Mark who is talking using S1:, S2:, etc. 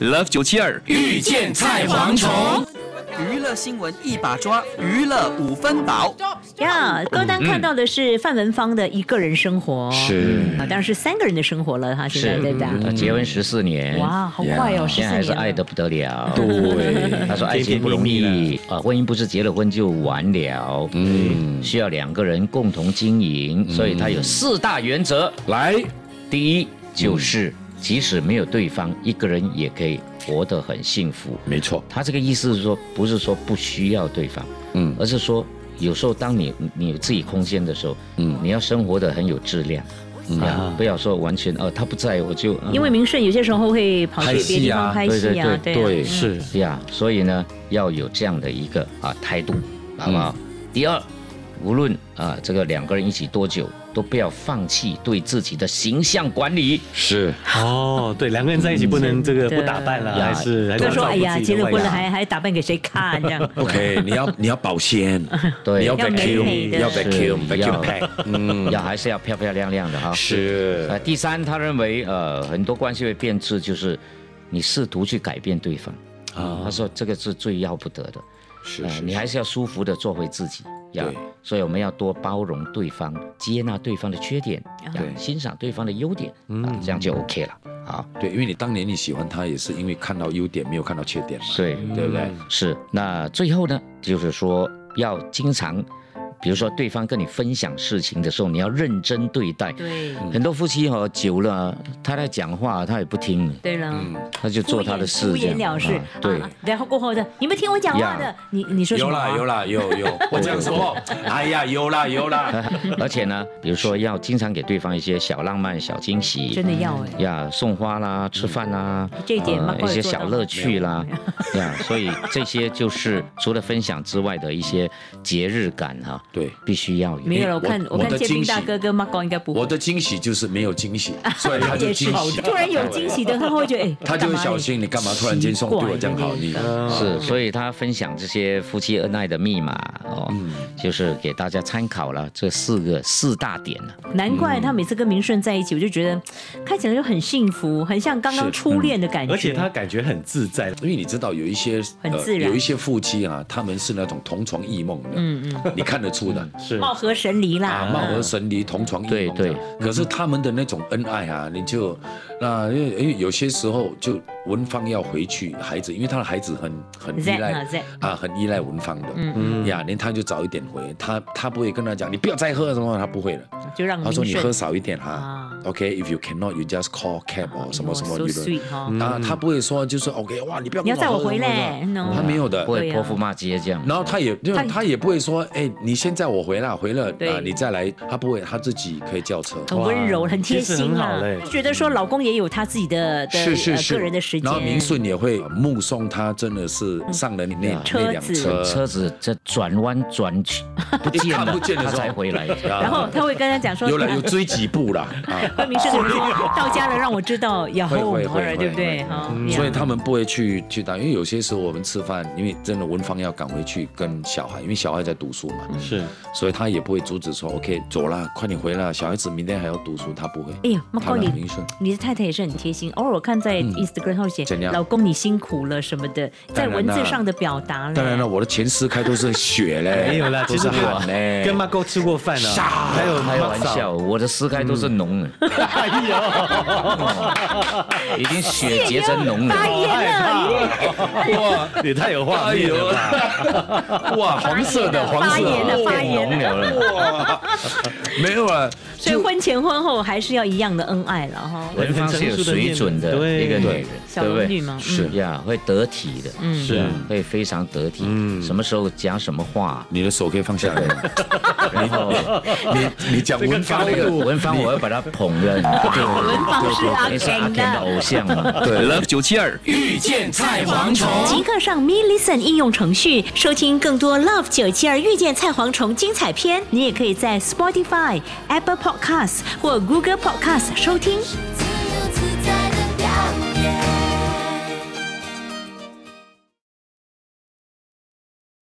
S1: Love 九七二
S2: 遇见菜蝗虫。
S3: 娱乐新闻一把抓，娱乐五分饱。
S4: 呀，刚刚看到的是范文芳的一个人生活，
S5: 是
S4: 啊，当然是三个人的生活了哈，现在
S5: 是
S4: 对吧？嗯
S5: 他结婚十四年，啊
S4: 哇，好快哦，十
S5: 现在
S4: 四
S5: 还是
S4: 年
S5: 爱
S4: 了
S5: 的。不得了。
S1: 对
S5: 他说爱情不容易啊，婚姻不是结了婚就完了，嗯，需要两个人共同经营，所以他有四大原则。
S1: 嗯来，
S5: 第一就是，即使没有对方，一个人也可以活得很幸福。
S1: 没错，
S5: 他这个意思是说，不是说不需要对方，
S1: 嗯
S5: 而是说有时候当你你有自己空间的时候，嗯，你要生活的很有质量，
S1: 嗯
S5: 啊，不要说完全哦，他不在我就
S4: 因为明顺有些时候会跑去别的地方
S5: 拍
S4: 拍
S5: 戏啊
S4: 戏啊，
S5: 对对
S4: 啊
S1: 对，
S2: 是
S5: 呀所以呢，要有这样的一个啊态度，好不好？第二，无论啊这个两个人一起多久，都不要放弃对自己的形象管理。
S1: 是
S2: 哦，对，两个人在一起不能这个
S4: 真的
S2: 不打扮了，
S5: 呀
S2: 还是还
S4: 不
S2: 是要
S4: 要说
S2: 照顾
S4: 哎呀，
S2: 自己
S4: 结
S2: 的
S4: 了
S2: 外
S4: 婚
S2: 表
S4: 了还还打扮给谁看这样？
S6: OK，你要你要保鲜，
S5: 对，
S6: 你要
S4: 要美美
S6: vacuum，
S4: 的
S6: 要 vacuum
S5: 是要
S6: vacuum pack，
S5: 嗯，要还是要漂漂亮亮的哈。
S6: 是
S5: 呃，第三，他认为呃很多关系会变质，就是你试图去改变对方啊。他说这个是最要不得的，
S6: 是
S5: 呃
S4: 哎
S6: 是
S5: 你还是要舒服的做回自己呀
S6: 对。
S5: 所以我们要多包容对方，接纳对方的缺点，呀
S6: 对嗯
S5: 欣赏对方的优点，啊，这样就 OK 了。好，
S6: 对，因为你当年你喜欢他，也是因为看到优点，没有看到缺点嘛，
S5: 对嗯
S6: 对不对？
S5: 是。那最后呢，就是说要经常，比如说对方跟你分享事情的时候，你要认真对待。
S4: 对
S5: 很多夫妻哦，久了，他在讲话，他也不听你，
S4: 对了。
S5: 他就做他的事，
S4: 敷
S5: 这
S4: 衍
S5: 样
S4: 了事
S5: 啊。对
S4: 啊，然后过后的，你们听我讲话的
S5: 呀，
S4: 你你说什
S6: 有
S4: 么啊？
S6: 啦有啦有 有，我这样说，哎呀有啦有啦，
S5: 而且呢，比如说要经常给对方一些小浪漫、小惊喜，
S4: 真的要哎，
S5: 呀，送花啦、吃饭啦，
S4: 嗯这一点
S5: 呃
S4: 蛮快
S5: 一些
S4: 做到
S5: 小
S4: 的
S5: 乐趣啦， 呀，所以这些就是除了分享之外的一些节日感哈、
S6: 对。
S5: 必须要有。
S4: 没有了，
S6: 我
S4: 我看我看
S6: 我的
S4: 建斌
S6: 惊喜
S4: 大哥跟 Marco 应该不会
S6: 我。的惊喜就是没有惊喜，所以他就
S4: 也是
S6: 惊喜，
S4: 突然有惊喜的，他会觉得哎，
S6: 他就会
S4: 干嘛
S6: 小
S4: 你
S6: 心你干嘛突然间送对我这样好，你呃
S5: 是，所以他分享这些夫妻恩爱的密码哦，
S6: 嗯
S5: 就是给大家参考了这四个四大点啊呢、
S4: 难怪他每次跟明顺在一起，我就觉得看起来就很幸福，很像刚刚初恋的感觉。
S2: 而且他感觉很自在，
S6: 因为你知道有一些呃
S4: 很自然
S6: 有一些夫妻啊，他们是那种同床异梦的，嗯嗯，你看得出的。
S2: 是
S4: 貌合神离啦，
S6: 啊，貌合神离，同床异梦这
S5: 对
S6: 样。可是他们的那种恩爱啊，你就那因为因为有些时候就文芳要回去孩子，因为他的孩子很很依
S4: Zack
S6: 赖
S4: 啊，Zack
S6: 啊，很依赖文芳的。嗯嗯呀，连他就早一点回，他他不会跟他讲你不要再喝什么，他不会的。
S4: 就让
S6: 他
S4: 明
S6: 说你喝
S4: 顺
S6: 少一点
S4: 啊
S6: 哈。OK，if you cannot, you just call cab
S4: 啊
S6: 哦，什么什么
S4: you know,
S6: 理
S4: so
S6: 论
S4: sweet 哈。
S2: 嗯
S6: 啊，他不会说就是 OK，哇，你不要
S4: 嗯哦你
S6: 跟
S4: 要载我
S6: 我喝
S4: 回
S6: 什么
S4: 来
S6: 什么
S4: ，no
S6: 他没有的，
S5: 不
S4: 对啊
S5: 会泼妇骂街这样。
S6: 呃然后他也，因
S4: 他
S6: 为他也不会说，哎，你现在我回来回了，
S4: 对哦
S6: 啊，你再来，他不会，他自己可以叫车。
S4: 很温柔，
S2: 哇
S4: 很贴心啊
S2: 其实很好嘞，
S4: 觉得说老公也有他自己的的呃个人的时间。嗯
S6: 然后明顺也会目送他，真的是上了那
S4: 车
S6: 那辆
S4: 子
S6: 车，
S5: 车子这转弯转去不见了，
S6: 看不见的
S5: 他
S6: 时候
S5: 才回 来。
S4: 然后他会跟他讲说，
S6: 啊有了有追几步了 啊，
S4: 关明顺就会说到家了，让我知道 要
S6: 会
S4: home，
S6: 会会
S4: alright，
S6: 会嗯
S4: 对不对？哈，
S6: 所以他们不会去去打，因为有些时候我们吃饭，因为真的文芳要赶回去跟小孩，因为小孩在读书嘛，
S4: 嗯
S2: 是
S6: 所以他也不会阻止说 OK 走啦，快点回来，小孩子明天还要读书，他不会。
S4: 哎呀，猫
S6: 他
S4: 哥
S6: 很
S4: 你
S6: 明顺。
S4: 你的太太也是很贴心，偶尔我看在 Instagram 上写
S6: 怎样
S4: 老公你辛苦了什么的，在
S6: 嗯当然
S4: 文字
S6: 啦
S4: 上的表达了。
S6: 当然了，我的前四开都是血嘞，
S2: 没有啦，
S6: 都
S2: 其
S6: 是
S2: 实
S6: 汗
S2: 我
S6: 嘞，
S2: 跟 Marco 吃过饭啊，还有
S5: 开玩
S2: Marco
S5: 笑，我的撕开都
S6: 嗯
S5: 是脓了，
S2: 哎 呦，
S5: 已经血结成脓
S4: 发
S5: 了。
S4: 言 了，
S6: 哇
S2: 哎也太有画面了吧。
S6: 啊 哇，黄色的黄
S4: 发
S6: 色
S4: 言了，
S6: 的，
S4: 发言了。
S6: 哇，没有啊，
S4: 所以婚前婚后还是要一样的恩爱了哈。
S5: 文芳是有水准的
S2: 对
S5: 一个女人，
S4: 小
S5: 对不
S4: 龙女
S5: 对？
S4: 嘛，嗯
S6: 是
S5: 呀，会得体的，嗯，
S2: 是
S5: 会非常得体。什么时候讲什么话，
S6: 你的手可以放下来 吗？
S5: 然后
S6: 你讲文芳那个，
S5: 文芳，我要把她捧着，文
S4: 芳是阿 Ken
S5: 田的
S4: 的。
S5: 偶像嘛。
S1: 对 Love 九七二
S2: 遇见菜蝗虫。
S4: 即刻上 Me Listen 应用程序收听更多 Love 九七二遇见菜蝗虫精彩片。你也可以在 Spotify、Apple Podcasts 或 Google Podcasts 收听。